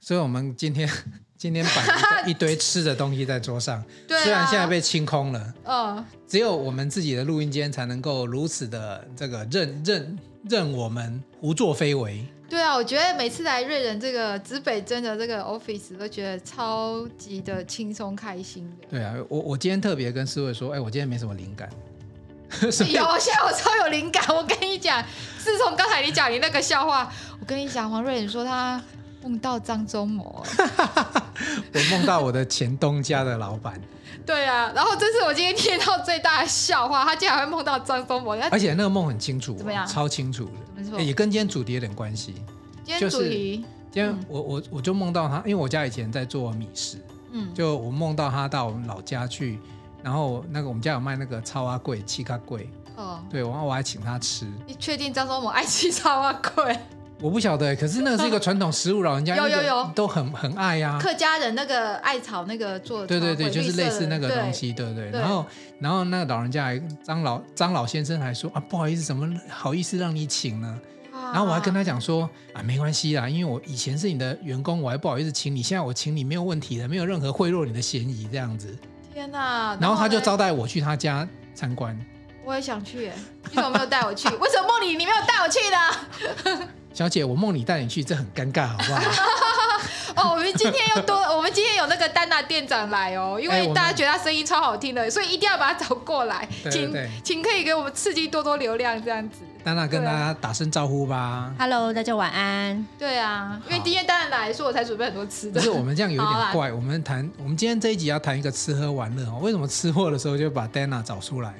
所以我们今天 今天摆了一一堆吃的东西在桌上， 对啊虽然现在被清空了，嗯，只有我们自己的录音间才能够如此的这个任任任我们胡作非为。对啊，我觉得每次来瑞仁这个指北针的这个 office 都觉得超级的轻松开心的。对啊，我我今天特别跟思慧说，哎，我今天没什么灵感，所以有，现在我超有灵感。我跟你讲，自从刚才你讲你那个笑话，我跟你讲，黄瑞仁说他梦到张忠谋。 我梦到我的前东家的老 板， 对啊，然后这是我今天听到最大的笑话，他竟然会梦到张忠谋。他哎而且那个梦很清楚哦，怎么样超清楚怎么说的，也跟今天主题有点关系。今天就是主题，今天嗯我我我就梦到他，因为我家以前在做米食，嗯，就我梦到他到我们老家去，然后那个我们家有卖那个超阿贵、七咖贵，哦，对，然后我还请他吃，你确定张忠谋爱吃超啊贵？我不晓得，可是那是一个传统食物，老人家有有那个有都很很爱呀、啊。客家人那个艾草那个做的对对对，超就贵是类似那个东。绿色的西，对对。对然后，然后那个老人家还张老张老先生还说啊，不好意思，怎么好意思让你请呢？对哇然后我还跟他讲说啊，没关系啦，因为我以前是你的员工，我还不好意思请你，现在我请你没有问题的，没有任何贿赂你的嫌疑这样子。天哪，然后他就啊呢招待我去他家参观。我也想去耶，你怎么没有带我去？ 为什么梦里你没有带我去呢？ 小姐，我梦里带你去，这很尴尬，好不好？哦，我们今天又多， 我们今天有那个丹娜店长来哦，因哎我为们大家觉得他声音超好听的，所以一定要把他找过来，对对对请请可以给我们刺激多多流量这样子。丹娜跟对大啊家打声招呼吧。 Hello，大家晚安。对啊，因为好今天丹娜来，所以我才准备很多吃不的。 是我们这样有一啊好啊点啦怪，我们谈我们今天这一集要谈一个吃喝玩乐哦。为什么吃货的时候就把 Dana 找出来？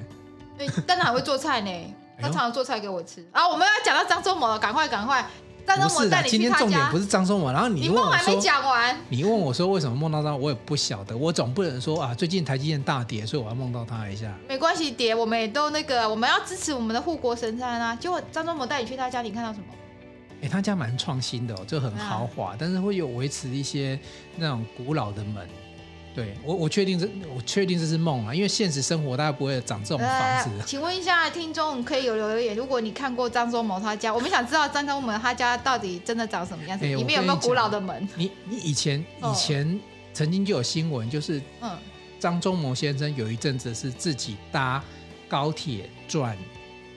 因为丹娜很会做菜呢，哎她呦常常做菜给我吃。啊，我们要讲到张周某了，赶快赶快，张周不某是带的，你今去天他重点家不。是张松文，然后你你问梦我还没说，讲完，你问我说为什么梦到他，我也不晓得，我总不能说啊，最近台积电大跌，所以我要梦到他一下。没关系，爹，我们也都那个，我们要支持我们的护国神山啊。结果张忠谋带你去他家，你看到什么？哎，他家蛮创新的哦，就很豪嗯华，但是会有维持一些那种古老的门。对我，我确定这，我确定这是梦啊，因为现实生活大概不会长这种房子。呃请问一下听众，可以有留言，如果你看过张忠谋他家，我们想知道张忠谋他家到底真的长什么样子，哎我里面有跟没有你古老讲的门？你你以前哦以前曾经就有新闻，就是嗯，张忠谋先生有一阵子是自己搭高铁转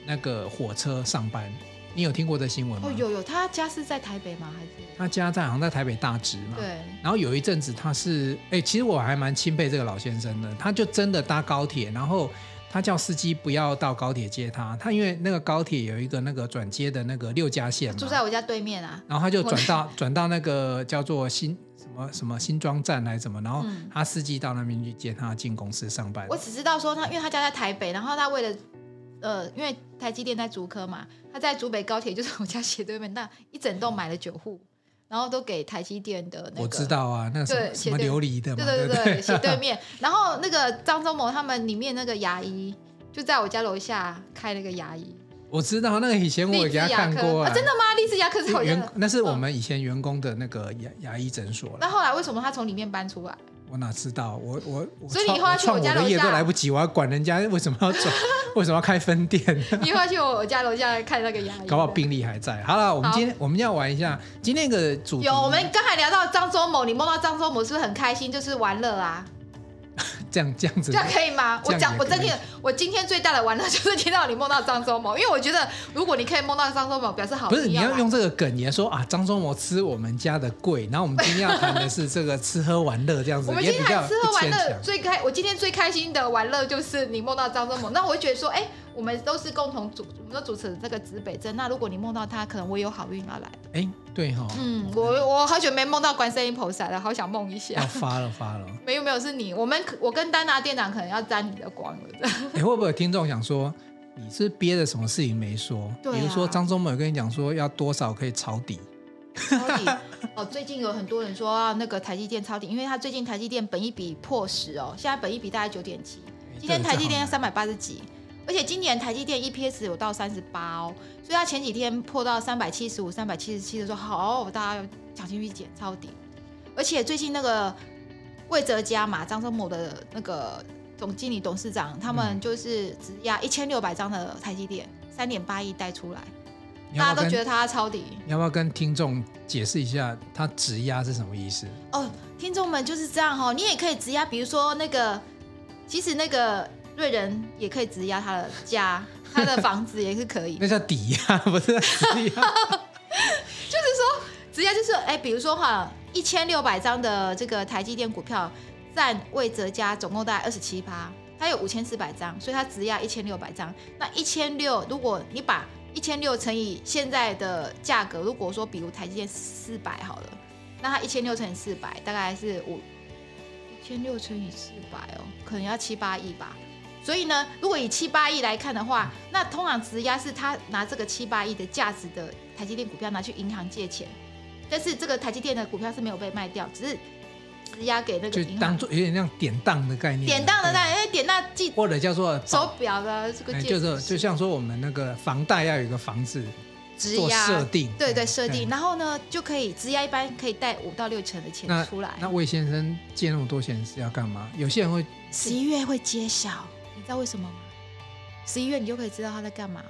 那个火车上班，你有听过这新闻吗？哦，有有，他家是在台北吗？还是？他家在好像在台北大直嘛。。对，然后有一阵子他是，哎、其实我还蛮钦佩这个老先生的，他就真的搭高铁，然后他叫司机不要到高铁接他，他因为那个高铁有一个那个转接的那个六家线嘛，住在我家对面啊。然后他就转到转到那个叫做新什么什么新庄站还是什么，然后嗯他司机到那边去接他进公司上班我。只知道说他，因为他家在台北，然后他为了呃，因为台积电在竹科嘛，他在竹北高铁就是我家斜对面那一整栋买了九户，然后都给台积电的那个。我知。道啊，那个什么对什么斜对琉璃的嘛，对对不对对，斜对面。然后那个张忠谋他们里面那个牙医，就在我家楼下开了个牙医， 我知道那个以前我丽也兹给他牙看科过啊，真的吗？丽兹牙科是我家员的。嗯那是我们以前员工的那个牙牙医诊所那了。后来为什么他从里面搬出来？我哪知道？我我我所以创你以后要去创我我家的楼业都下来不及，我要管人家为什么要 转，为什么要开分店？你后去我家楼下看那个牙医。搞不好病例还在。好了，我们好今天我们要玩一下今天的主题，有，我们刚才聊到张忠谋，你梦到张忠谋是不是很开心？就是玩乐啊。这样这样子这样可以吗？我这样也讲，我可以真的，我今天最大的玩乐 就是听到你梦到张忠谋，因为我觉得如果你可以梦到张忠谋，表示好不是运你来要用这个梗言说啊，张忠谋吃我们家的贵，然后我们今天要谈的是这个吃喝玩乐这样子我，们也今比天较还吃喝不玩牵乐强。最开，我今天最开心的玩乐就是你梦到张忠谋，那我会觉得说，哎、我们都是共同主，我们都主持这个指北针。那如果你梦到他，可能我也有好运要来。哎，对哈，嗯，我我好久没梦到观世音菩萨了，好想梦一下要。发了发了。没有没有，是你，我们可我跟丹拿店长可能要沾你的光了。你、哎会不会有听众想说，你是憋着什么事情没说？对啊比如说张忠谋有跟你讲说要多少可以抄底，抄底 哦，最近有很多人说啊，那个台积电抄底，因为它最近台积电本一比破十哦，现在本一比大概九点七，今天对台积电这好三百八十几，而且今年台积电 EPS 有到三十八哦，所以它前几天破到三百七十五、三百七十七的时候，好，大家要抢进去捡抄底，而且最近那个魏哲家嘛，张忠谋的那个总经理、董事嗯长，他们就是质押一千六百张的台积电，三点八亿贷出来。难你大要家不都要觉跟得它抄底。你要不要跟听众解释一下，它质押是什么意思？哦，听众们就是这样哦，你也可以质押，比如说那个，其实那个瑞仁也可以质押他的家，他的房子也是可以。那叫抵押， 不是质 押。质押就是，哎，比如说哈，一千六百张的这个台积电股票占魏哲家总共大概二十七趴，它有五千四百张，所以它质押一千六百张。那一千六，如果你把一千六乘以现在的价格，如果说比如台积电四百好了，那它一千六乘以四百大概是五一千六乘以四百哦，可能要七八亿吧。所以呢，如果以七八亿来看的话，那通常质押是他拿这个七八亿的价值的台积电股票拿去银行借钱，但是这个台积电的股票是没有被卖掉，只是质押给那个就银当行做有点像典当的概念，典当对，的那，因为典当哎记或者叫做手表的这个哎戒就指是就像说我们那个房贷要有一个房子质做押设定，对对哎设定，。然后呢就可以质押一般可以贷五到六成的钱出来。那魏先生借那么多钱是要干嘛？有些人会十一月会揭晓，你知道为什么吗？十一月你就可以知道他在干嘛。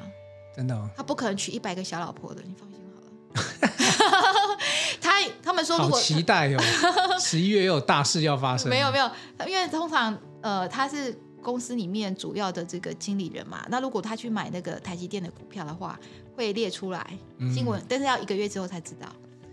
真的、哦、他不可能娶一百个小老婆的，你放心好了。 他他们说如好果期待 哦，十一月又有大事要发生，没有没有，因为通常呃他是公司里面主要的这个经理人嘛，那如果他去买那个台积电的股票的话，会列出来嗯新闻，但是要一个月之后才知道。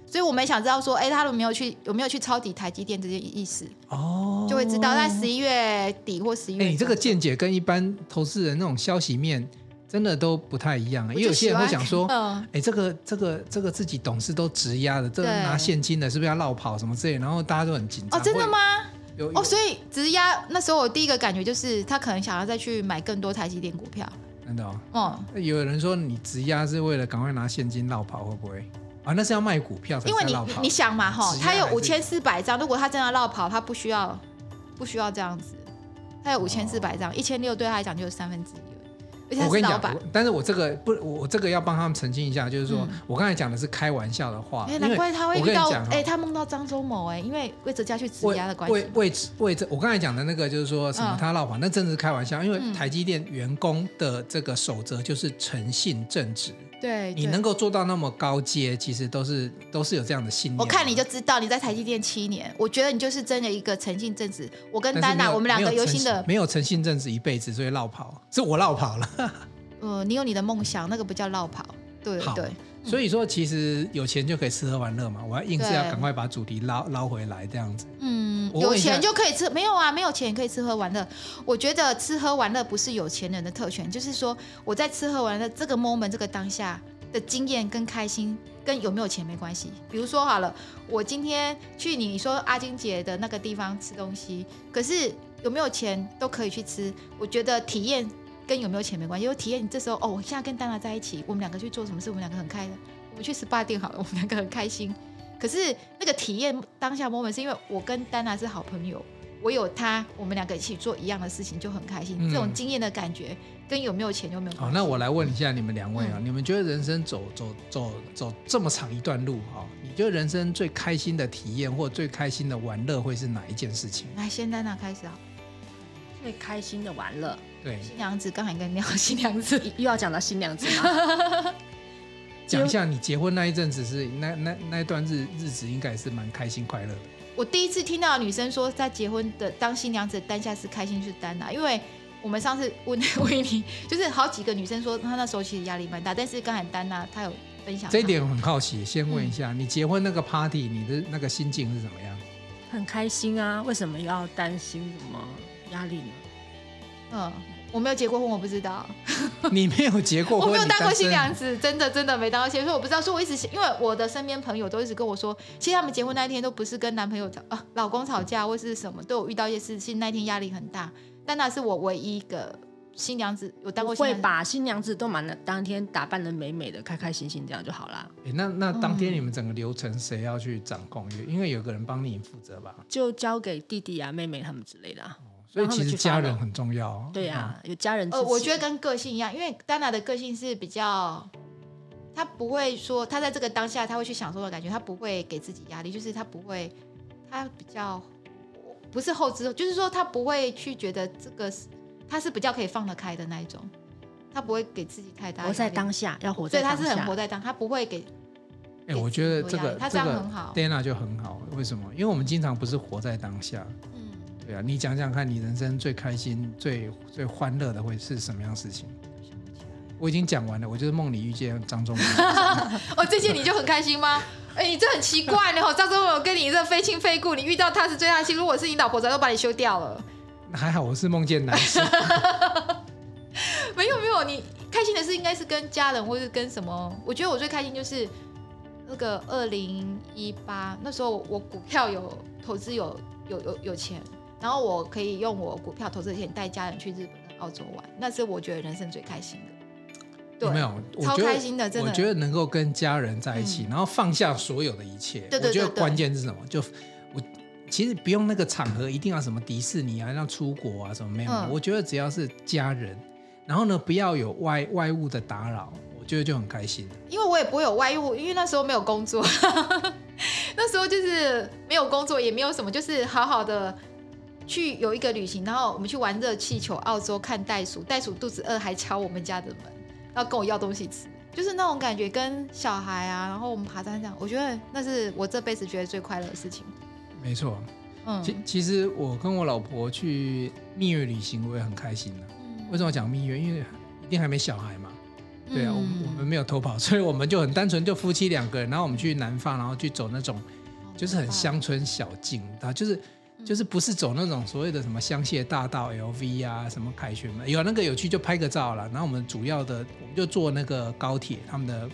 所以我们也想知道说，哎，他有没有去有没有去抄底台积电这些意思，哦，就会知道在十一月底或十一哎、月。你这个见解跟一般投资人那种消息面真的都不太一样，因为有些人会想说，嗯，哎、这个这个这个自己董事都质押的，这个对拿现金的，是不是要绕跑什么之类的？然后大家都很紧张。哦，真的会？吗？有哦，所以质押那时候我第一个感觉就是他可能想要再去买更多台积电股票，有真的哦。嗯，有人说你质押是为了赶快拿现金绕跑，会不会？啊，那是要卖股票才因为是你绕跑。你想嘛哈质，押他有还是五千四百张，如果他真的要绕跑，他不需要不需要这样子，他有五千四百张，一千六对他来讲就是三分之一了，而且哦我他跟是你老讲板，，我但是我这个不，我我这个要帮他们澄清一下，就是说、嗯我刚才讲的是开玩笑的话，哎，因难为怪他会我遇跟你到讲哦哎，他梦到张忠谋哎，因为魏哲家去质为押的关为系，为为这，我刚才讲的那个就是说什么嗯他绕跑，那真的是开玩笑，因为嗯台积电员工的这个守则就是诚信正直，哎对，你对能够做到那么高阶，其实都是都是有这样的信念。啊我看你就。知道你在台积电七年，我觉得你就是真的一个诚信正直。我跟但丹是没娜，有啊我们两个没有有诚新信的，没有诚信正直一辈子，所以绕跑是我绕跑了。呃，你有你的梦想，那个不叫绕跑，对好对。所以说，其实有钱就可以吃喝玩乐嘛。我要硬是要对赶快把主题捞捞回来，这样子。嗯，我有问一下钱就可以吃，没有啊，没有钱也可以吃喝玩乐。我觉得吃喝玩乐不是有钱人的特权，就是说我在吃喝玩乐这个 moment 这个当下的经验跟开心跟有没有钱没关系。比如说好了，我今天去你说阿金姐的那个地方吃东西，可是有没有钱都可以去吃，我觉得体验。跟有没有钱没关系，有体验你这时候哦，我现在跟丹娜在一起，我们两个去做什么事，我们两个很开的，我们去 SPA 店好了，我们两个很开心。可是那个体验当下 moment 是因为我跟丹娜是好朋友，我有她，我们两个一起做一样的事情就很开心，嗯这种经验的感觉跟有没有钱就没有关好，系。那我来问一下你们两位啊，嗯你们觉得人生走走走走这么长一段路啊、你觉得人生最开心的体验或最开心的玩乐会是哪一件事情？来先丹娜开始啊，最开心的玩乐，对，新娘子刚才跟你聊新娘子，又要讲到新娘子吗？讲一下你结婚那一阵子是那那那一段日日子应该也是蛮开心快乐的。我第一次听到女生说在结婚的当新娘子的当下是开心是丹娜，因为我们上次问维尼，就是好几个女生说她那时候其实压力蛮大，但是刚才丹娜她有分享这一点我很好奇，先问一下、嗯你结婚那个 party，你的那个心境是怎么样？ 很开心啊，为什么要担心什么压力呢？她，嗯，我没有结过婚，我不知道。你没有结过我婚，没有你当过单身新娘子，真的真的没当过新娘，所以我不知道。所以我一直因为我的身边朋友都一直跟我说，其实他们结婚那一天都不是跟男朋友吵啊、老公吵架或是什么，都有遇到一些事情，那一天压力很大。但那是我唯一一个新娘子，有当过不新会娘子。把新娘子都满了，当天打扮的美美的，开开心心这样就好啦。诶那那当哦天你们整个流程谁要去掌控？因为有个人帮你负责吧，就交给弟弟啊、妹妹他们之类的、啊。哦哦所以让他其们实去家 follow 人很重要哦。对啊，有家人支持。呃，我觉得跟个性一样，因为丹娜的个性是比较，她不会说她在这个当下，她会去享受的感觉，她不会给自己压力，就是她不会，她比较不是后知后，就是说她不会去觉得这个是她是比较可以放得开的那一种。他不会给自己太大。活在当，下，要所活在以他当是下。很活在当，他不会给。哎、我觉得这个啊他这这样个很好 Dana 就很好，为什么？因为我们经常不是活在当下，嗯，对啊。你讲讲看，你人生最开心、最最欢乐的会是什么样的事情？想不起来我已经讲完了，我就是梦里遇见张忠谋。 哦，这件你就很开心吗？ 哎、你这很奇怪呢。哦，张忠谋跟你这非亲非故，你遇到他是最开心。如果是你老婆，早就把你休掉了。 还好我是梦见男生， 没有没有，你开心的事应该是跟家人或是跟什么？我觉得我最开心就是那个二零一八那时候，我股票有投资有有有有钱，然后我可以用我股票投资的钱带家人去日本跟澳洲玩，那是我觉得人生最开心的。对，有没有？我超觉得开心的真的嗯我觉得能够跟家人在一起，然后放下所有的一切，对对我觉得对对关键是什么？就我其实不用那个场合，一定要什么迪士尼啊，让出国啊什么没有、嗯我觉得只要是家人，然后呢，不要有外外物的打扰，我觉得就很开心。因为我也不会有外务，因为那时候没有工作， 那时候就是没有工作，也没有什么，就是好好的去有一个旅行，然后我们去玩热气球，澳洲看袋鼠，袋鼠肚子饿还敲我们家的门，然后跟我要东西吃，就是那种感觉，跟小孩啊，然后我们爬山这样，我觉得那是我这辈子觉得最快乐的事情。没错，嗯，其其实我跟我老婆去蜜月旅行，我也很开心的、啊为嗯什么讲蜜月？因为一定还没小孩嘛。对啊，我们嗯我们没有偷跑，所以我们就很单纯，就夫妻两个人，然后我们去南方，然后去走那种就是嗯很乡村小径，啊，就是就是不是走那种所谓的什么香榭大道 LV 啊，什么凯旋门，有啊那个有趣就拍个照啦。然后我们主要的我们就坐那个高铁，他们的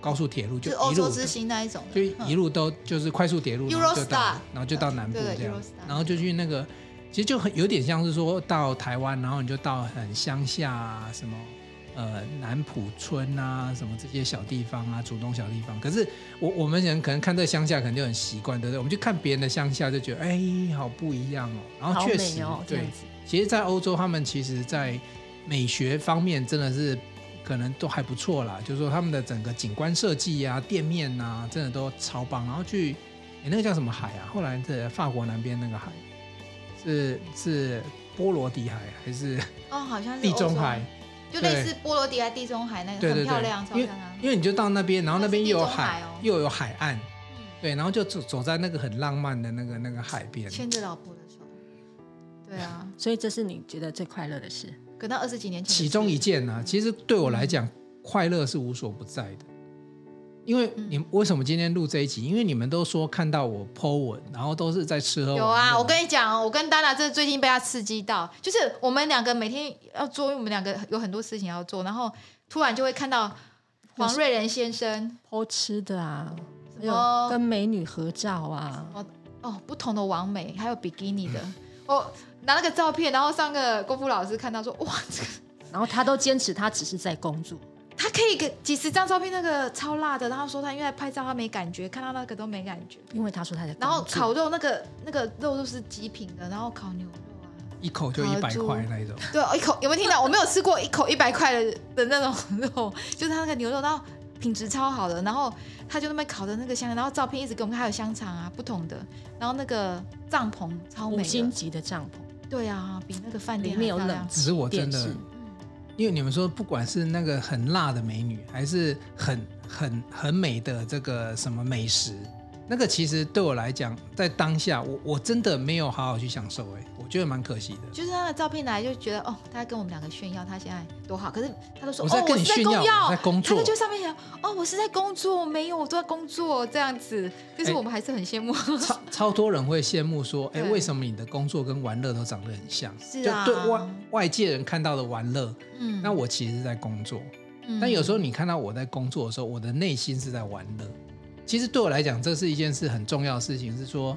高速铁路就就是欧一洲路之行那一种的，嗯就一路都就是快速铁路，然后就到 Eurostar 然后就到南部对对这样 Eurostar，然后就去那个，其实就很有点像是说到台湾，然后你就到很乡下啊，什么呃南浦村啊，什么这些小地方啊，竹东小地方。可是我我们人可能看这乡下，可能就很习惯，对不对？我们就看别人的乡下，就觉得哎、好不一样哦。然后好确实，美哦，这对样，子。其实，在欧洲，他们其实，在美学方面真的是可能都还不错啦。就是说，他们的整个景观设计啊、店面啊，真的都超棒。然后去，诶那个叫什么海啊？后来在法国南边那个海，是是波罗的海还是哦，好像是地中欧洲海？，就类似波罗的海、地中海那个，对对很对漂亮，超因漂为亮。因为你就到那边，然后那边又有海，那是地中海哦又有海岸，嗯对，然后就走走在那个很浪漫的那个那个海边。牵着老婆的手。对啊，所以这是你觉得最快乐的事。可那二十几年前的事，其中一件嗯呢、其实对我来讲，快乐是无所不在的。因为嗯你们为什么今天录这一集？因为你们都说看到我 Po 文，然后都是在吃喝玩乐有啊，我跟你讲哦，我跟丹娜这最近被他刺激到，就是我们两个每天要做，因为我们两个有很多事情要做，然后突然就会看到黄瑞仁先生偷吃的啊，还什么有跟美女合照啊，哦，不同的完美，还有比基尼嗯的，哦，拿那个照片，然后上个功夫老师看到说，哇，这个然后他都坚持他只是在工作，他可以给几十张照片，那个超辣的，然后说他因为在拍照他没感觉，看到那个都没感觉，因为他说他在工作。然后烤肉那个那个肉都是极品的，然后烤牛肉啊。一口就一百块那一种，对，一口有没有听到？我没有吃过一口一百块的的那种 肉，就是它那个牛肉，然后品质超好的，然后他就那边烤的那个香肠，然后照片一直给我们看，还有香肠啊，不同的，然后那个帐篷超五美星的，级的帐篷，对啊，比那个饭里店面有还漂亮冷只是我气、真电的视，因为你们说不管是那个很辣的美女，还是很很很美的这个什么美食，那个其实对我来讲，在当下我我真的没有好好去享受、哎，我觉得蛮可惜的。就是他的照片来就觉得哦，他跟我们两个炫耀他现在多好，可是他都说我在哦，跟我你是在炫工耀耀，我在工作他就上面写哦，我是在工作，没有，我都在工作这样子，但是哎我们还是很羡慕。超 超多人会羡慕说，哎、对为什么你的工作跟玩乐都长得很像？是啊就对外外界人看到的玩乐，嗯那我其实是在工作。嗯但有时候你看到我在工作的时候，我的内心是在玩乐。其实对我来讲，这是一件事很重要的事情，是说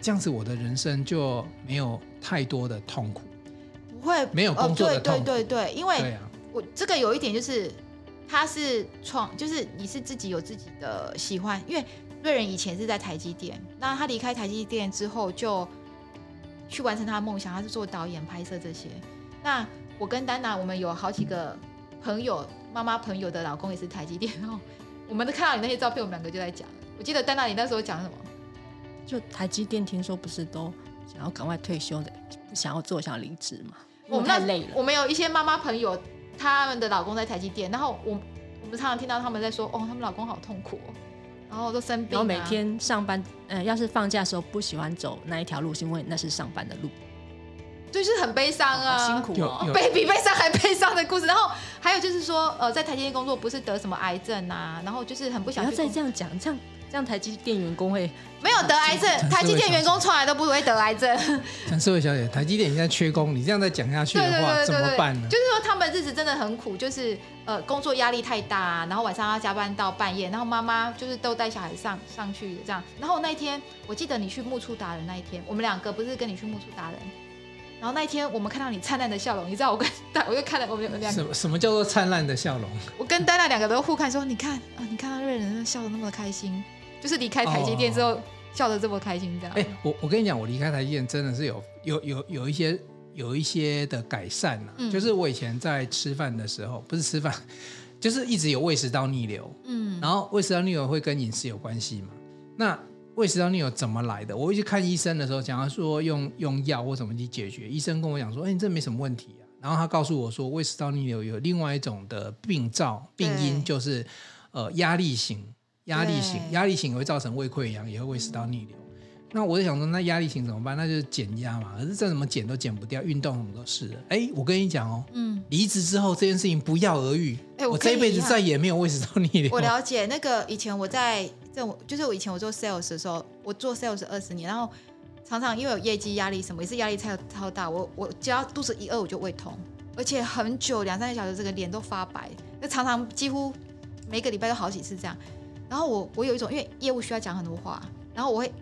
这样子我的人生就没有太多的痛苦。不会没有工作的哦，对痛苦对对对，因为对啊，我这个有一点就是，他是创，就是你是自己有自己的喜欢，因为瑞仁以前是在台积电，那他离开台积电之后就去完成他的梦想，他是做导演、拍摄这些。那我跟丹娜，我们有好几个朋友，妈妈朋友的老公也是台积电，然后 我们都看到你那些照片，我们两个就在讲。我记得丹娜，你那时候讲什么？就台积电听说不是都想要赶快退休的，不想要做，想要离职嘛，我因为们太那累了。我们有一些妈妈朋友他们的老公在台积电，然后我我们常常听到他们在说，哦，他们老公好痛苦、哦，然后都生病、啊，然后每天上班，呃，要是放假的时候不喜欢走那一条路，是因为那是上班的路，就是很悲伤啊，好辛苦有 哦。有悲比悲伤还悲伤的故事。然后还有就是说，呃，在台积电工作不是得什么癌症啊，然后就是很不不想要去再工这样讲，这样这样台积电员工会没有得 癌症是，台积电员工从来都不会得癌症。陈思维小姐，台积电现在缺工，你这样再讲下去对对的话，对怎对么办呢对，就？是说他们日子真的很苦，就是呃工作压力太大、然后晚上要加班到半夜，然后妈妈就是都带小孩上上去这样。然后那一天我记得你去木处达人那一天，我们两个不是跟你去木处达人，然后那一天我们看到你灿烂的笑容，你知道我跟 我就看了我们有两个什么什么叫做灿烂的笑容？我跟丹娜两个都互看说，你看啊，你看到瑞仁笑得那么开心，就是离开台积电之后、笑得这么开心这样。哦哎、我我跟你讲，我离开台积电真的是有有有有一些有一些的改善啊。嗯就是我以前在吃饭的时候，不是吃饭， 就是一直有胃食道逆流，嗯，然后胃食道逆流会跟饮食有关系嘛？那胃食道逆流怎么来的？我一去看医生的时候，讲他说用用药或什么去解决，医生跟我讲说，哎、你这没什么问题啊。然后他告诉我说，胃食道逆流有另外一种的病灶病对因，就是呃压力型，压力型，对压力型也会造成胃溃疡，也会胃食道逆流。那我就想说，那压力型怎么办？那就是减压嘛。可是这怎么减都减不掉，运动什么都是了。哎，我跟你讲哦，嗯，离职之后这件事情不药而愈。哎我我跟这一你辈一子样再也没有胃食道逆 流。我了解那个以前我在这种，就是我以前我做 sales 的时候，我做 sales 二十年，然后常常因为有业绩压力什么，也是压力超超大，我我只要肚子一饿我就胃痛，而且很久两三个小时，这个脸都发白，那常常几乎每个礼拜都好几次这样。然后我我有一种因为业务需要讲很多话，然后我会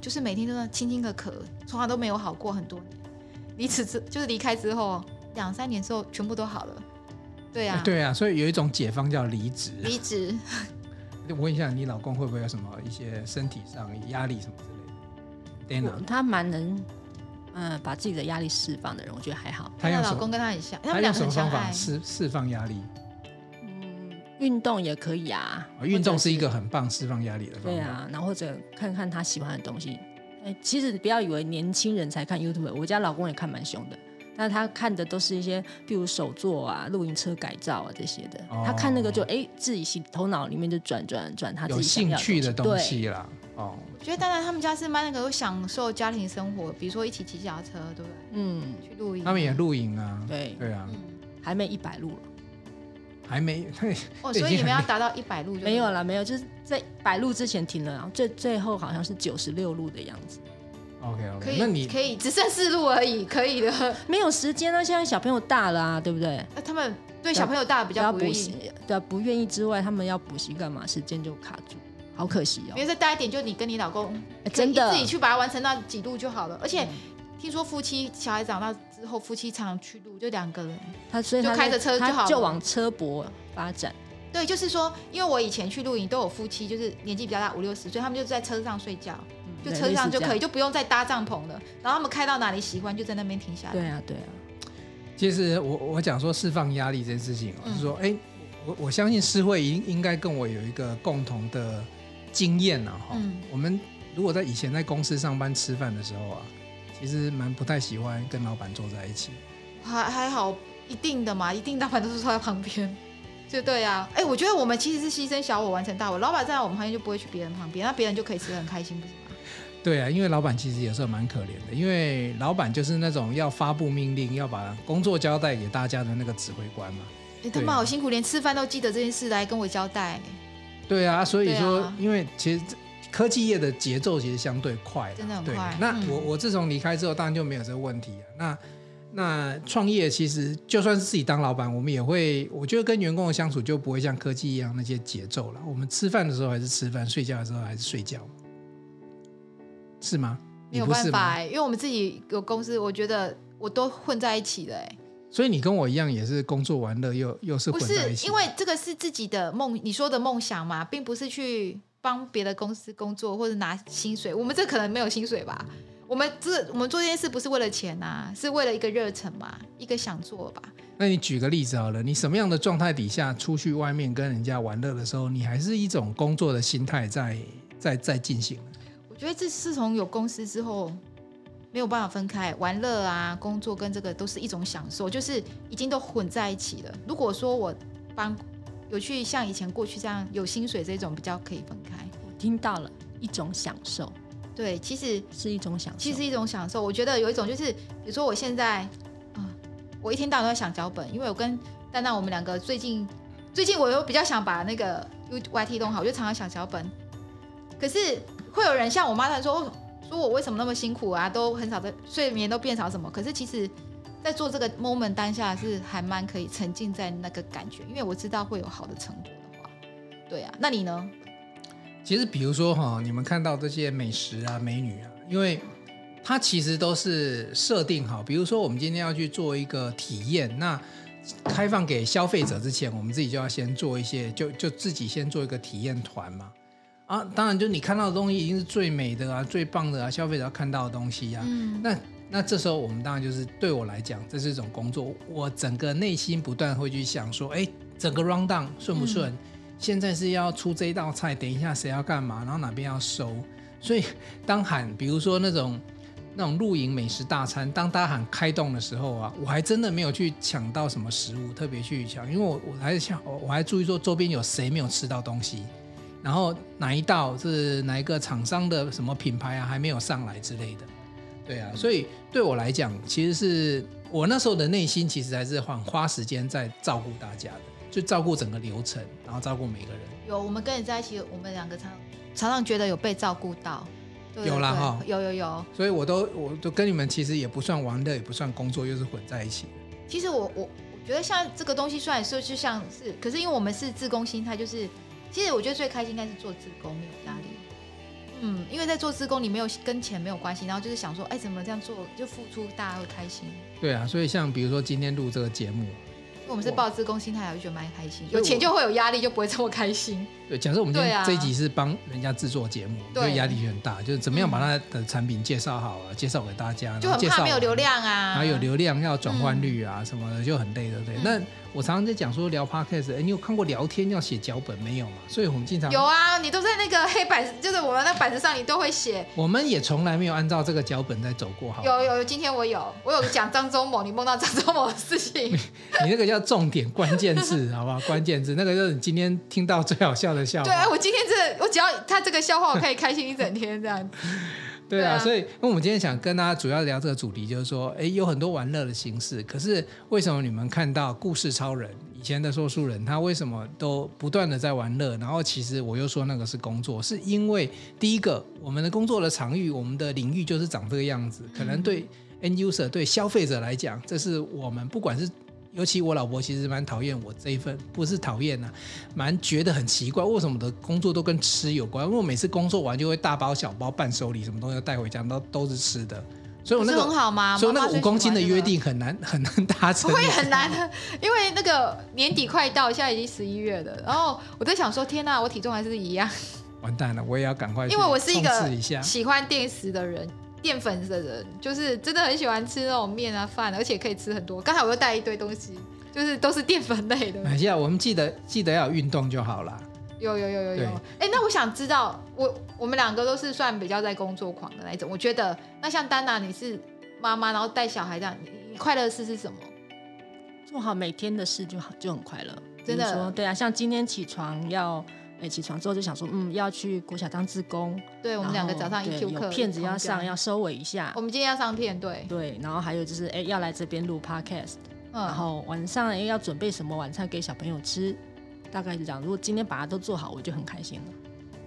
就是每天都在轻轻的咳，从来都没有好过很多年。离职之就是离开之后两三年之后全部都好了，对啊，对啊，所以有一种解放叫离职。离职。我问一下，你老公会不会有什么一些身体上压力什么之类的我？Dana，他蛮能，嗯、把自己的压力释放的人，我觉得还好。他她用的什老公么？跟她很像，他他们用两个什么很相方法爱。释释放压力？哦嗯，运动也可以啊啊，运动或者是一个很棒释放压力的方对法。啊，然后或者看看他喜欢的东西。哎，其实不要以为年轻人才看 YouTube，我家老公也看蛮凶的，但他看的都是一些，比如手作啊、露营车改造啊这些的。哦他看那个就哎，自己心头脑里面就转转转他自有己想兴要趣的东东西。西啦。哦，我觉得当然他们家是蛮那个有享受家庭生活，比如说一起骑脚踏车，对不对？对，嗯，去露营。他们也露营啊。对，对啊，嗯还没一百路了，还没，嘿哦，这已所以你经们很要厉达到一百路就没有了。了，没有，就是在百路之前停了，然后最最后好像是九十六路的样子。 OK 可 OK，以，那你可以只剩四路而已，可以的。没有时间啊，现在小朋友大了啊，对不对？那他们对小朋友大比比较不愿补意，习，对啊，不愿意之外，他们要补习干嘛？时间就卡住，好可惜哦比。如说大一点，就你跟你老公哎真的可以自己去把它完成到几路就好了。嗯而且听说夫妻小孩长大之后，夫妻常常去路，就两个人。他所以就他开在着车就好他了就往车博发展。对，就是说，因为我以前去露营都有夫妻，就是年纪比较大，五六十岁，他们就在车上睡觉。嗯就对车类上似就这可以，样就不用再搭帐篷了。然后他们开到哪里喜欢，就在那边停下来。对啊，对啊，其实我我讲说释放压力这件事情哦，嗯就是说，哎，我我相信诗慧应应该跟我有一个共同的经验啊，哈嗯。我们如果在以前在公司上班吃饭的时候啊，其实蛮不太喜欢跟老板坐在一起。还还好，一定的嘛，一定大部分都是坐在旁边。 就对啊，哎、我觉得我们其实是牺牲小我完成大我。老板站在我们旁边就不会去别人旁边，那别人就可以吃得很开心，不是吗？对啊，因为老板其实有时候蛮可怜的，因为老板就是那种要发布命令、要把工作交代给大家的那个指挥官嘛。你、他妈好辛苦，连吃饭都记得这件事来跟我交代。哎对啊，所以说，对啊因为其实这科技业的节奏其实相对快啦，真的很对快那嗯我、我自从离开之后，当然就没有这个问题啊。那那创业其实就算是自己当老板，我们也会，我觉得跟员工的相处就不会像科技一样那些节奏了。我们吃饭的时候还是吃饭，睡觉的时候还是睡觉，是吗？你没有不办是法、吗？哎，因为我们自己有公司，我觉得我都混在一起了、哎。所以你跟我一样也是工作玩乐又又是不混是在一起，因为这个是自己的梦，你说的梦想嘛，并不是去帮别的公司工作或者拿薪水。我们这可能没有薪水吧？我们这我们做这件事不是为了钱呐、是为了一个热忱嘛，一个想做吧。那你举个例子好了，你什么样的状态底下出去外面跟人家玩乐的时候，你还是一种工作的心态在在在进行？我觉得自自从有公司之后，没有办法分开，玩乐啊、工作跟这个都是一种享受，就是已经都混在一起了。如果说我帮有去像以前过去这样有薪水这种，比较可以分开。我听到了一种享受，对，其实是一种享受。其实一种享受，我觉得有一种就是，比如说我现在啊、我一天到晚都在想脚本，因为我跟蛋蛋我们两个最近最近我又比较想把那个 U Y T 弄好，我就常常想脚本。可是会有人像我妈她说哦说我为什么那么辛苦啊，都很少的睡眠都变少什么？可是其实，在做这个 moment 当下是还蛮可以沉浸在那个感觉，因为我知道会有好的成果的话，对啊，那你呢？其实，比如说哈，你们看到这些美食啊、美女啊，因为它其实都是设定好，比如说我们今天要去做一个体验，那开放给消费者之前，我们自己就要先做一些，就就自己先做一个体验团嘛。啊，当然，就你看到的东西一定是最美的啊、最棒的啊，消费者要看到的东西啊。嗯，那那这时候我们当然就是对我来讲，这是一种工作，我整个内心不断会去想说，哎，整个 round down 顺不顺？现在是要出这一道菜，等一下谁要干嘛，然后哪边要收。所以当喊，比如说那种那种露营美食大餐，当大家喊开动的时候啊，我还真的没有去抢到什么食物，特别去抢，因为我我还想，我我还注意说周边有谁没有吃到东西。然后哪一道是哪一个厂商的什么品牌啊，还没有上来之类的，对嗯啊，所以对我来讲，其实是我那时候的内心其实还是很花时间在照顾大家的，就照顾整个流程，然后照顾每个人。有，我们跟你在一起，我们两个常常常觉得有被照顾到。对有啦哈对有有有。所以我都我都跟你们其实也不算玩乐，也不算工作，又是混在一起的。其实我我我觉得像这个东西，虽然说就像是，可是因为我们是自工心态，就是其实我觉得最开心应该是做自工，没有压力。嗯，因为在做自工，你没有跟钱没有关系，然后就是想说，哎，怎么这样做就付出，大家会开心。对啊，所以像比如说今天录这个节目，因为我们是抱自工心态，我就觉得蛮开心。所以有我钱就会有压力，就不会这么开心。对，假设我们今对天啊这一集是帮人家制作节目，对所以压力就很大，就是怎么样把他的产品介绍好啊，介绍给大家，就然后很介绍怕没有完流量啊，然后有流量要转换率啊什么的，就很累，对不对？嗯那我常常在讲说聊 podcast，哎，你有看过聊天要写脚本没有嘛？所以我们经常有啊，你都在那个黑板，就是我们那个板子上，你都会写。我们也从来没有按照这个脚本在走过，好吗，有有有，今天我有，我有讲张忠谋，你梦到张忠谋的事情，你那个叫重点关键字，好不好？关键字那个就是你今天听到最好笑的笑对，哎话，我今天这我只要他这个笑话，我可以开心一整天这样。对对啊。啊所以那我们今天想跟大家主要聊这个主题，就是说，哎，有很多玩乐的形式，可是为什么你们看到故事超人？以前的说书人，他为什么都不断的在玩乐？然后其实我又说那个是工作，是因为第一个，我们的工作的场域，我们的领域就是长这个样子。可能对 end user 对消费者来讲，这是我们不管是，尤其我老婆其实蛮讨厌我这一份，不是讨厌呐、啊蛮觉得很奇怪，为什么我的工作都跟吃有关？因为我每次工作完就会大包小包伴手礼，什么东西都带回家，都都是吃的。所以我不那是很个，好吗？所以我那妈个妈最五公斤的喜欢这个约，定很难很难达成。会很难的，因为那个年底快到，现在已经十一月了。然后我在想说，天呐，我体重还是一样，完蛋了，我也要赶快去因为我是一冲个刺一下。喜欢电食的人。淀粉的人就是真的很喜欢吃那种面啊饭啊，而且可以吃很多。刚才我又带一堆东西，就是都是淀粉类的。马来西哎亚，我们记得记得要有运动就好啦。有有有有对有，哎、那我想知道，我我们两个都是算比较在工作狂的那一种。我觉得，那像丹娜，你是妈妈，然后带小孩这样，你你快乐的事是什么？做好每天的事就好，就很快乐。真的比如说对啊，像今天起床要，哎，起床之后就想说，嗯，要去国小当志工。对我们两个早上一 EQ 课，哦有片子要上，要，要收尾一下我。们今天要上片，对，对，然后还有就是，哎，要来这边录 podcast，、然嗯，后晚上哎要准备什么晚餐给小朋友吃，大概是这样。如果今天把它都做好，我就很开心了。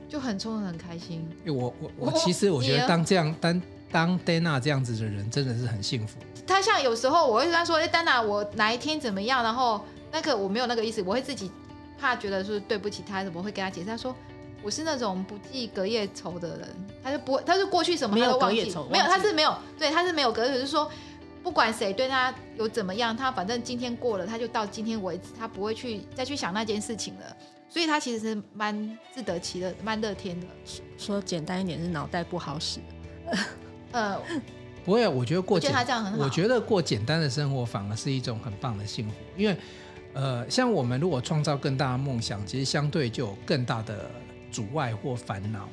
就很冲很开心。因为我我我我其实我觉你得呢当这样当当 Dana 这样子的人真的是很幸福。他像有时候我会跟他说，哎、丹娜，我哪一天怎么样？然后那个我没有那个意思，我会自己怕觉得说对不起他，什么会跟他解释。他说我是那种不记隔夜仇的人，他就不会，他就过去什么没他有都忘隔夜记仇，没有，忘记他是没有，对，他是没有隔夜仇，就是说不管谁对他有怎么样，他反正今天过了，他就到今天为止，他不会去再去想那件事情了。所以他其实是蛮自得其乐、蛮乐天的。说简单一点是脑袋不好使，呃，不会啊，我觉得过我觉简得他这样很好。我觉得过简单的生活反而是一种很棒的幸福，因为呃，像我们如果创造更大的梦想，其实相对就有更大的阻碍或烦恼。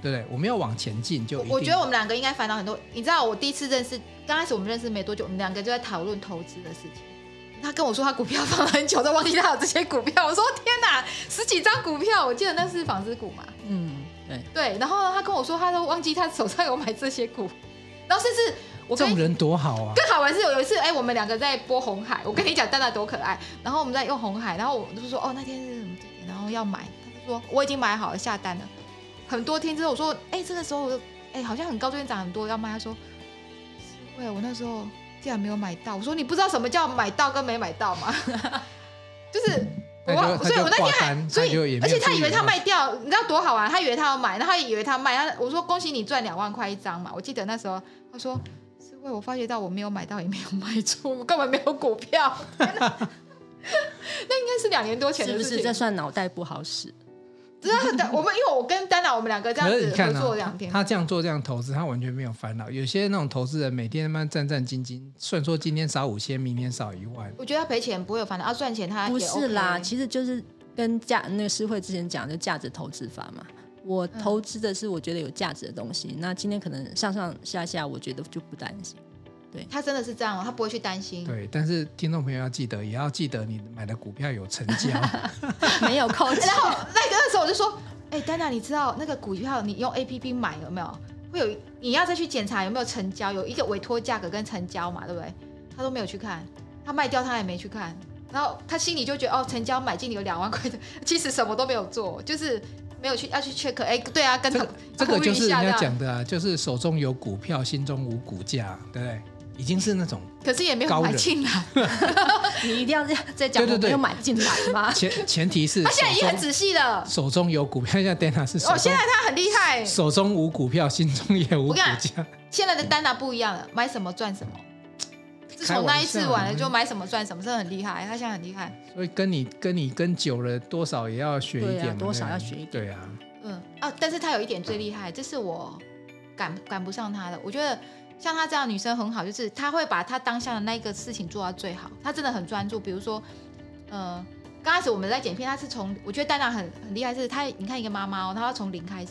对不对？我们要往前进，就一定我我觉得我们两个应该烦恼很多。你知道，我第一次认识，刚开始我们认识没多久，我们两个就在讨论投资的事情。他跟我说他股票放了很久，都忘记他有这些股票。我说天哪，十几张股票，我记得那是纺织股嘛。嗯，对，对，然后他跟我说他都忘记他手上有买这些股，然后甚至我这跟种人多好啊！更好玩是有一次，哎、我们两个在播红海，我跟你讲蛋蛋多可爱，然后我们在用红海，然后我就说哦那天是什么地点，然后要买，他就说我已经买好了下单了，很多天之后我说哎、这个时候我就哎、好像很高，最近涨很多要卖，他说是喂我那时候竟然没有买到，我说你不知道什么叫买到跟没买到吗？ 就是那我就忘，他所以就我那天挂单，所他就也以，没而有且他以为注他到卖掉，你知道多好玩？他以为他要买，然后他以为他卖，他我说恭喜你赚两万块一张嘛。我记得那时候他说是为我发觉到我没有买到也没有卖出，我根本没有股票。 天哪那应该是两年多前是的不事是这情。算脑袋不好使？只是很啊我们因为我跟丹娜我们两个这样可是你子合看作两啊，天，他这样做这样投资，他完全没有烦恼。有些那种投资人每天他妈战战兢兢，算说今天少五千，明天少一万，我觉得他赔钱不会有烦恼，要啊赚钱他也不 OK 是啦，其实就是跟价那个诗慧之前讲的价值投资法嘛。我投资的是我觉得有价值的东嗯西，那今天可能上上下下，我觉得就不担 心。他真的是这样哦，他不会去担心。对，但是听众朋友要记得，也要记得你买的股票有成交。没有扣 钱然，后那个那时候我就说，哎、丹娜，你知道那个股票你用 A P P 买有没有？会有你要再去检查有没有成交，有一个委托价格跟成交嘛，对不对？他都没有去看，他卖掉他也没去看，然后他心里就觉得哦，成交买进有两万块的， 其实什么都没有做，就是没有去要去 check，哎、对啊，跟他这个就是人家，呼吁一下讲的啊，就是手中有股票，心中无股价，对不对？已经是那种可是也没有高买人进来， 你一定要这样再讲，对对我没对有买进来 吗？前 前提是他现在已经很手中仔细了，手中有股票，现在 Dana 是手哦，现中在他很厉害，手中无股票，心中也无我股跟你讲价。现在的丹娜不一样了，买什么赚什么。自开玩从那一次笑完了，嗯就买什么赚什么，真的很厉害。他现在很厉害，所以跟你跟你跟久了，多少也要学一对啊点嘛，多少对不对要学一点对啊，嗯啊，但是他有一点最厉害，这是我赶赶不上他的。我觉得像他这样的女生很好，就是她会把她当下的那一个事情做到最好，她真的很专注。比如说，呃，刚开始我们在剪片，她是从我觉得丹娜很很厉害，是她你看一个妈妈哦，她要从零开始。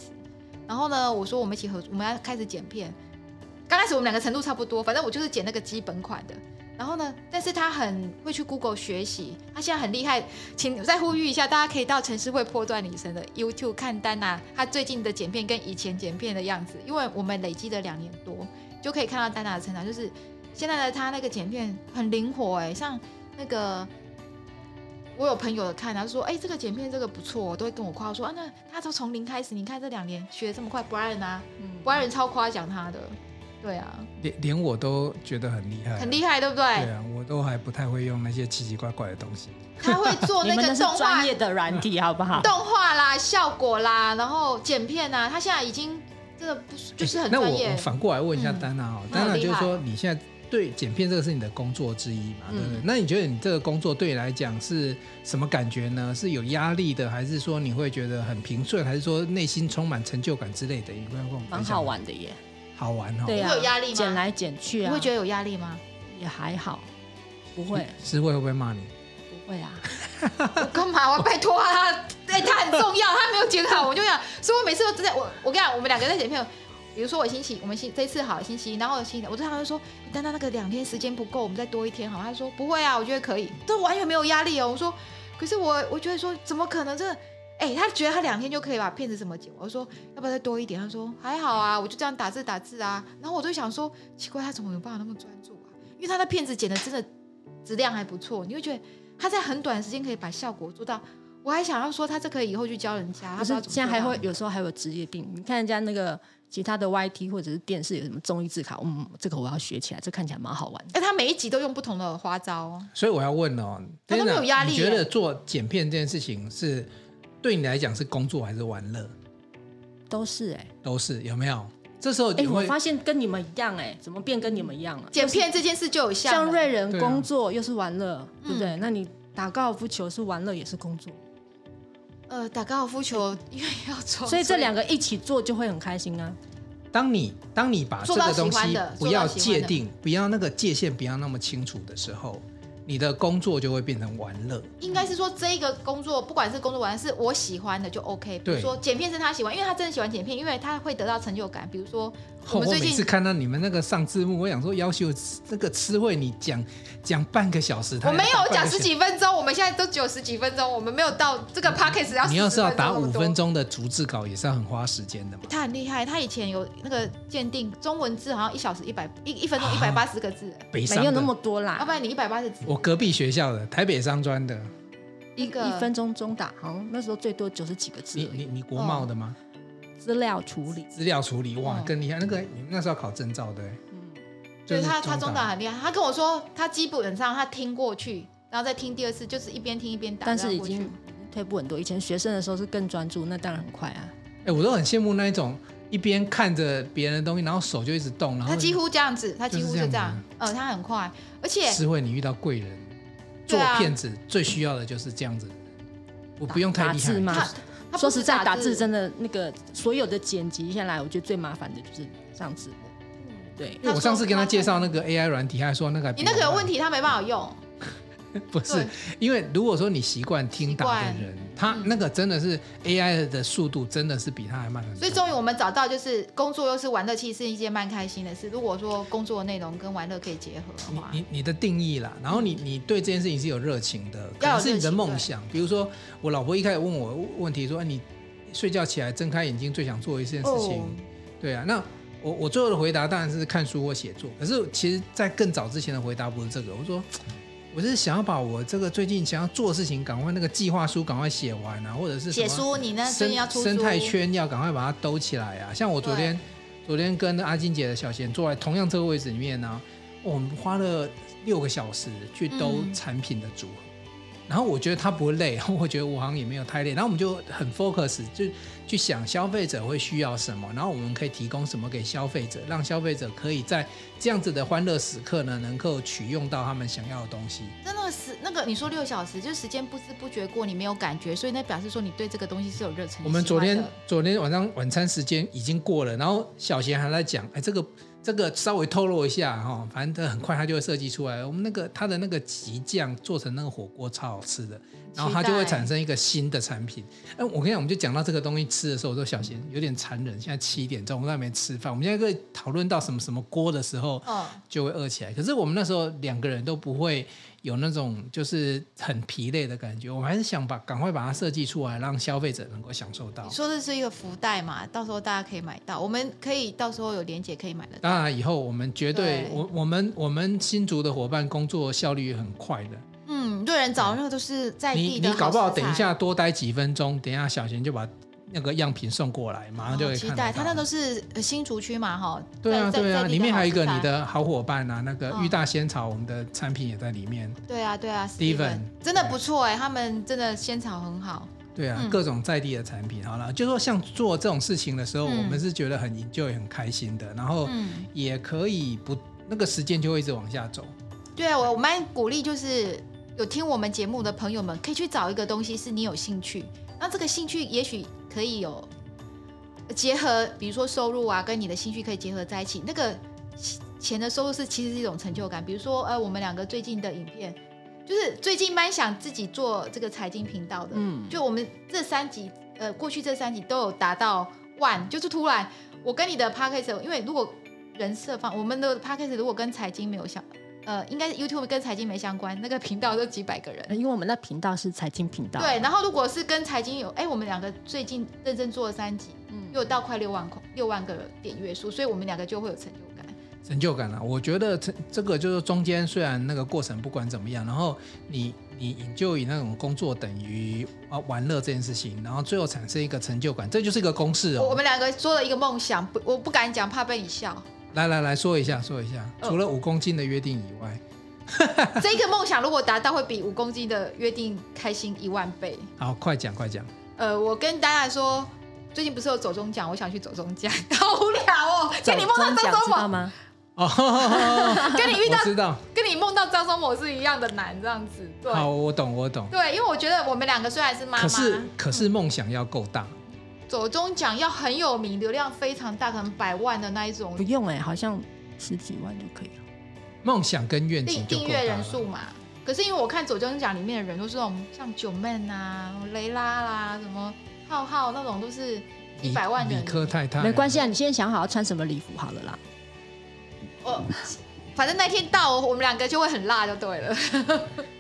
然后呢，我说我们一起合，我们要开始剪片。刚开始我们两个程度差不多，反正我就是剪那个基本款的。然后呢，但是她很会去 Google 学习，她现在很厉害，请再呼吁一下，大家可以到城市会破断女神的 YouTube 看丹娜她最近的剪片跟以前剪片的样子，因为我们累积了两年多，就可以看到啊丹娜的成长。就是现在的她那个剪片很灵活哎、像那个我有朋友看，他说哎、这个剪片这个不错哦，都会跟我夸我说啊，那他都从零开始，你看这两年学得这么快，Brian 啊嗯，Brian 超夸奖他的，对啊，连连我都觉得很厉害啊，很厉害对不对？对啊，我都还不太会用那些奇奇怪怪的东西。他会做你那们个那是动画专业的软体，好不好？动画啦、效果啦，然后剪片啊，他现在已经真的不是就是很那专我业我。反过来问一下嗯丹娜哦，那丹很娜厉就是害说你现在对剪片这个是你的工作之一嘛，对不对嗯？那你觉得你这个工作对你来讲是什么感觉呢？是有压力的，还是说你会觉得很平顺，还是说内心充满成就感之类的？你会跟我们分蛮享好，玩的耶，好玩哦。对啊，会有压力吗剪来剪去你啊，会觉得有压 力吗？也还好，不会师会会不会骂你？嗯不会啊，我干嘛？我拜托 他，哎、他很重要，他没有剪好，我就想，所以我每次都真的，我我跟你讲，我们两个在剪片，比如说我星期，我们星这一次好星期一，然后星期，我就常常说，丹丹那个两天时间不够，我们再多一天好吗？他说不会啊，我觉得可以，这完全没有压力哦。我说，可是我我觉得说，怎么可能真的？哎、他觉得他两天就可以把片子怎么剪，我说要不要再多一点？他说还好啊，我就这样打字打字啊。然后我就想说，奇怪，他怎么有办法那么专注啊？因为他的片子剪的真的质量还不错，你会觉得他在很短的时间可以把效果做到。我还想要说，他这可以以后去教人家，他不不知是道怎么现在还做到啊会有时候还有职业病，你看人家那个其他的 YT 或者是电视有什么综艺自考，嗯，这个我要学起来，这看起来蛮好玩的。哎、他每一集都用不同的花招哦。所以我要问哦，他都没有 Dana，压力你耶觉得做剪片这件事情是对你来讲是工作还是玩乐？都是哎、都是有没有？这时候哎、你我会发现跟你们一样哎、怎么变跟你们一样了、啊嗯剪片这件事就有像嗯像了瑞人对啊工作又是玩乐，对不对？那你打高尔夫球是玩乐也是工作，呃打高尔夫球，因为要做，所以这两个一起做就会很开心啊。当你当你把这做到个东喜欢西的不做到要喜欢界的定，不要那个界限不要那么清楚的时候，你的工作就会变成玩乐。应该是说这个工作，不管是工作完是我喜欢的就 OK。比如对说剪片是他喜欢，因为他真的喜欢剪片，因为他会得到成就感。比如说我哦们我最每次近看到你们那个上字幕，我想说，要求那个词汇你讲讲半个小时，他我没有要半个讲小十时。几分钟，我们现在都只有十几分钟，我们没有到这个 p o c k e t 要你要是要打五分钟。钟的逐字稿，也是要很花时间的嘛。他很厉害，他以前有那个鉴定中文字，好像一小时一百一一分钟啊一百八十个字，北商没有那的，么多要不啦，然你一百八十字，我隔壁学校的台北商专的，一那个一分钟中打，好像那时候最多九十几个字你而你已。你国贸的吗？资料处理，资料处理哇哦更厉害，那个你们那时候要考证照的欸，嗯，对他他中中档很厉害。他跟我说，他基本上他听过去，然后再听第二次，就是一边听一边打。但是这已样过去经退步很多。以前学生的时候是更专注，那当然很快啊。哎、我都很羡慕那一种一边看着别人的东西，然后手就一直动，然后他几乎这样子，他几乎就是这样就这样子，呃，他很快，而且是会你遇到贵人，做对啊骗子最需要的就是这样子的人，我不用太打厉字害，吗就他是他说实在，打字字真的那个所有的剪辑下来，我觉得最麻烦的就是上字幕。对，因为他我上次说跟他他介绍那个 AI 软体，他还说那个还比你那个有我问题，他没办法用。不是对，嗯因为如果说你习惯听打的人，他那个真的是 AI 的速度真的是比他还慢很多。所以终于我们找到，就是工作又是玩乐，其实是一件蛮开心的事。如果说工作内容跟玩乐可以结合的你话，你你的定义啦，然后你你对这件事情是有热情的，可嗯要有能是你热的情梦对想。比如说，我老婆一开始问我问题说，哎，你睡觉起来睁开眼睛最想做的一件哦事哦情，对啊，那我我最后的回答当然是看书或写作，可是其实在更早之前的回答不是这个，我说。我是想要把我这个最近想要做的事情，赶快那个计划书赶快写完啊，或者是什写么书，你呢最生近要出书，生态圈要赶快把它兜起来啊！像我昨天，昨天跟阿金姐的小贤坐在同样这个位置里面呢、哦我们花了六个小时去兜嗯产品的组合，然后我觉得他不会累，然后我觉得我好像也没有太累，然后我们就很 focus，就去想消费者会需要什么，然后我们可以提供什么给消费者，让消费者可以在这样子的欢乐时刻呢，能够取用到他们想要的东西。真的是那个你说六小时，就是时间不知不觉过，你没有感觉，所以那表示说你对这个东西是有热忱。我们喜昨欢的天昨天晚上晚餐时间已经过了，然后小贤还在讲，哎，这个这个稍微透露一下哈、哦，反正很快他就会设计出来。我们那个他的那个极酱做成那个火锅超好吃的，然后它就会产生一个新的产品。哎，我跟你讲，我们就讲到这个东西吃的时候，我说小贤有点残忍，现在七点钟我们都还没吃饭，我们现在在讨论到什么什么锅的时候，嗯，就会饿起来。可是我们那时候两个人都不会有那种就是很疲累的感觉，我们还是想把赶快把它设计出来，让消费者能够享受到你。说的是一个福袋嘛，到时候大家可以买到，我们可以到时候有连结可以买得到。当然，以后我们绝对，对我我们我们新竹的伙伴工作效率很快的。嗯，瑞人找的那个都是在你地的你搞不好食材等一下多待几分钟，等一下小贤就把那个样品送过来，马上就哦可以期看得待，到。他那都是呃新竹区嘛，哈。对啊在对啊，里面还有一个你。在在地的好食材的好伙伴啊，那个嗯玉大仙草，我们的产品也在里面。对啊，对啊 Steven 真的不错哎，他们真的仙草很好。对啊，嗯各种在地的产品，好了，就说像做这种事情的时候，嗯我们是觉得很 enjoy 很开心的，然后嗯，也可以不那个时间就会一直往下走。对啊，我我蛮鼓励，就是有听我们节目的朋友们，可以去找一个东西是你有兴趣，那这个兴趣也许可以有结合，比如说收入啊，跟你的兴趣可以结合在一起。那个钱的收入是其实是一种成就感，比如说呃，我们两个最近的影片。就是最近蛮想自己做这个财经频道的，嗯就我们这三集，呃，过去这三集都有达到万，就是突然我跟你的 p a c k a g e 因为如果人设方我们的 p a c k a g e 如果跟财经没有相，呃，应该是 YouTube 跟财经没相关，那个频道都几百个人。因为我们那频道是财经频道，对，，然后如果是跟财经有，哎，我们两个最近认真做了三集，嗯，又到快六万块六万个点阅数，所以我们两个就会有成就感。成就感了、啊我觉得这这个就是中间虽然那个过程不管怎么样，然后你你你就以那种工作等于啊玩乐这件事情，然后最后产生一个成就感，这就是一个公式我我哦。们两个做了一个梦想，不，我不敢讲，怕被你笑。来来来说一下说一下，呃除了五公斤的约定以外，这个梦想如果达到，会比五公斤的约定开心一万倍。好，快讲快 讲。呃，我跟大家说，最近不是有走中奖，我想去走中奖， 好无聊哦。走跟你梦到中奖张忠知道谋，吗？ 哦，跟你遇到我知道，跟你梦到张忠谋是一样的难，这样子。对好，我懂我懂。对，因为我觉得我们两个虽然是妈可是妈，可是梦想要够大，走中奖要很有名，流量非常大，可能百万的那一种不，欸用哎、好像十几万就可以了。梦想跟愿景订就订够阅大人了。数嘛。可是因为我看左中奖里面的人都是那种像九妹啊、雷拉啦、什么浩浩那种，都是理一百万人理。科太太没关系啊，你先想好要穿什么礼服好了啦。我哦反正那天到，我们两个就会很辣就对了。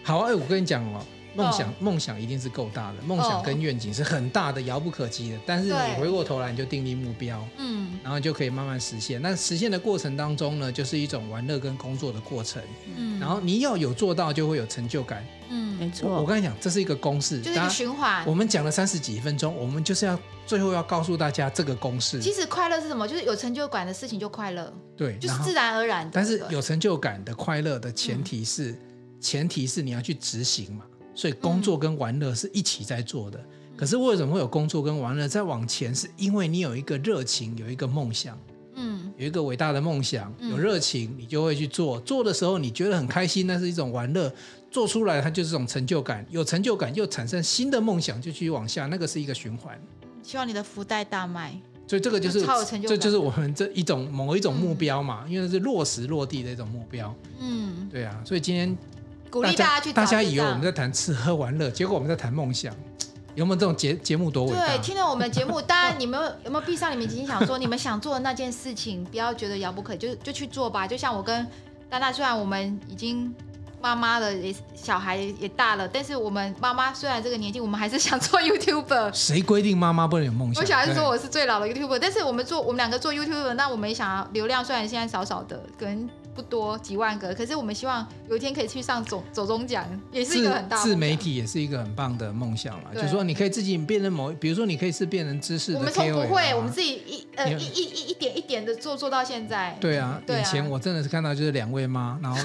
好，哎、我跟你讲哦，梦想梦想一定是够大的，梦想跟愿景是很大的，遥不可及的。但是对你回过头来，你就订立目标，嗯然后就可以慢慢实现。那实现的过程当中呢，就是一种玩乐跟工作的过程。嗯，然后你要有做到，就会有成就感。嗯，没我我错，跟你讲，这是一个公式，就是一个循环我。们讲了三十几分钟，我们就是要最后要告诉大家这个公式。其实快乐是什么？就是有成就感的事情就快乐，对，就是然后自然而然的。但是对有成就感的快乐的前提是，嗯前提是你要去执行嘛。所以工作跟玩乐是一起在做的。嗯可是为什么会有工作跟玩乐再往前？是因为你有一个热情，有一个梦想，嗯有一个伟大的梦想，嗯有热情，你就会去做。做的时候你觉得很开心，那是一种玩乐；做出来它就是一种成就感，有成就感又产生新的梦想，就继续往下，那个是一个循环。希望你的福袋大卖。所以这个就是就超有成就这感就是我们这一种某一种目标嘛，因为是落实落地的一种目标。嗯，对啊，所以今天鼓励大家去找大家就以为这我样们在谈吃喝玩乐，结果我们在谈梦想，有没有这种节节目多伟大对，？听了我们的节目，当然你们有有没有闭上你们眼睛想说，你们想做的那件事情，不要觉得遥不可及，就就去做吧。就像我跟丹娜，虽然我们已经妈妈了，也小孩也大了，但是我们妈妈虽然这个年纪，我们还是想做 YouTuber。谁规定妈妈不能有梦想？我小孩子说对我是最老的 YouTuber，但是我们做我们两个做 YouTuber，那我们也想要流量，虽然现在少少的，可能不多几万个，可是我们希望有一天可以去上总走中奖，也是一个很大的自自梦想媒。体也是一个很棒的梦想嘛，就对是说你可以自己变成某，比如说你可以是变成知识的 KOL 啊，我们从不会，我们自己一呃你一一一一点一点的做做到现在。对啊，对啊眼前我真的是看到就是两位妈， 然后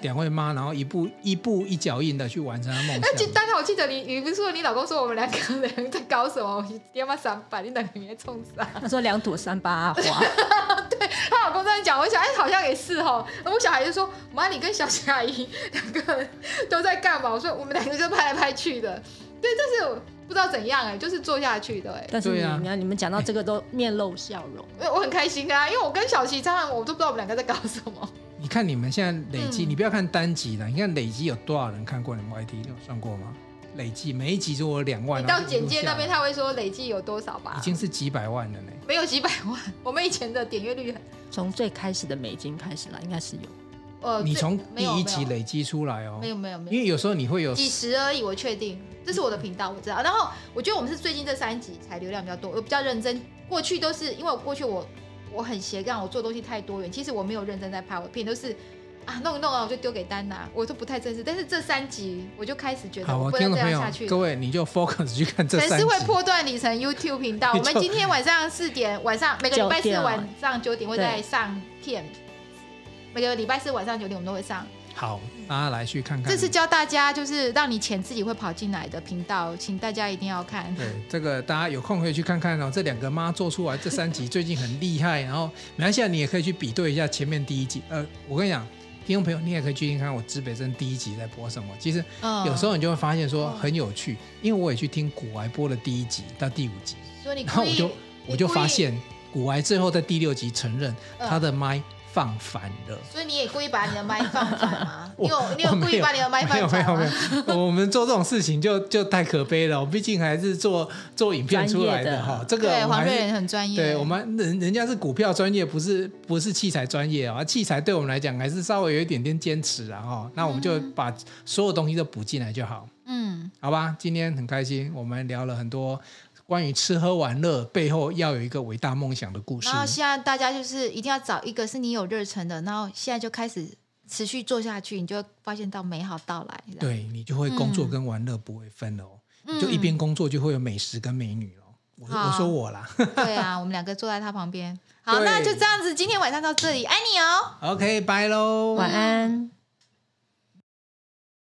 两位妈，然后一步一步一脚印的去完成她梦那记，想。当天我记得你，你不是说你老公说我们两个人在搞什么？你爹妈三百，你两个人在冲啥？他说两朵三八 啊花，她老公这样讲，我想哎，好像也是哦。然后我小孩就说：“妈，你跟小霞阿姨两个人都在干嘛？”我说：“我们两个就拍来拍去的。”对，但是我不知道怎样哎，就是做下去的哎。但是对你啊你看你们讲到这个都面露笑容，因为我很开心啊，因为我跟小琪常常我都不知道我们两个在搞什么。你看你们现在累计，嗯你不要看单集了，你看累计有多少人看过你们 YT？你有算过吗？累计每一集如果有两万，你然到后简介那一边路下他会说累计有多少吧来已？经是几百万了呢。没有几百万，我们以前的点阅率很从最开始的美金开始啦，应该是有。呃，你最从没第有一集累积出来哦没，有没有没有因为有时候你会有几十而已，我确定这是我的频道，我知道。然后我觉得我们是最近这三集才流量比较多，我比较认真。过去都是因为我过去我我很斜杠，我做东西太多元，其实我没有认真在拍，我的片都是。啊，弄一弄啊，我就丢给丹娜，我都不太正式。但是这三集我就开始觉得好，我我不听能众这朋样友下去，各位你就 focus 去看这粉三丝集会。破断里程 YouTube 频 道。你我就们今天晚上四点，晚上每个礼拜四九点啊晚上九点会对在上片，每个礼拜四晚上九点我们都会上。好，大家来去看看。这是教大家就是让你钱自己会跑进来的频道，请大家一定要看。对，这个大家有空可以去看看哦。这两个妈做出来这三集最近很厉害，然后没关系啊，你也可以去比对一下前面第一集。呃，我跟你讲，听众朋友，你也可以去听看我指北针第一集在播什么。其实嗯有时候你就会发现说哦很有趣，因为我也去听古癌播的第一集到第五集，所以你然后故我意就你我就故意发现古癌最后在第六集承认嗯他的麦放反了。所以你也故意把你的麦放反吗？ 我你有你有我故没意把你的麦没有放没反有没吗？有，我们做这种事情就就太可悲了。我毕竟还是做做影片出来专业的哈，这个对，我们黄还瑞仁是很专业。对我们人人家是股票专业，不是不是器材专业啊。器材对我们来讲还是稍微有一点点坚持啊哈。那我们就把所有东西都补进来就好，嗯，好吧？今天很开心，我们聊了很多关于吃喝玩乐背后要有一个伟大梦想的故事然。后希望大家就是一定要找一个是你有热忱的，然后现在就开始持续做下去，你就会发现到美好到来。这样，对你就会工作嗯跟玩乐不会分了哦，嗯你就一边工作就会有美食跟美女了。我我好说我啦。 对啊，我们两个坐在他旁边。好，对那就这样子，今天晚上到这里，爱你哦。 OK，拜喽。晚安。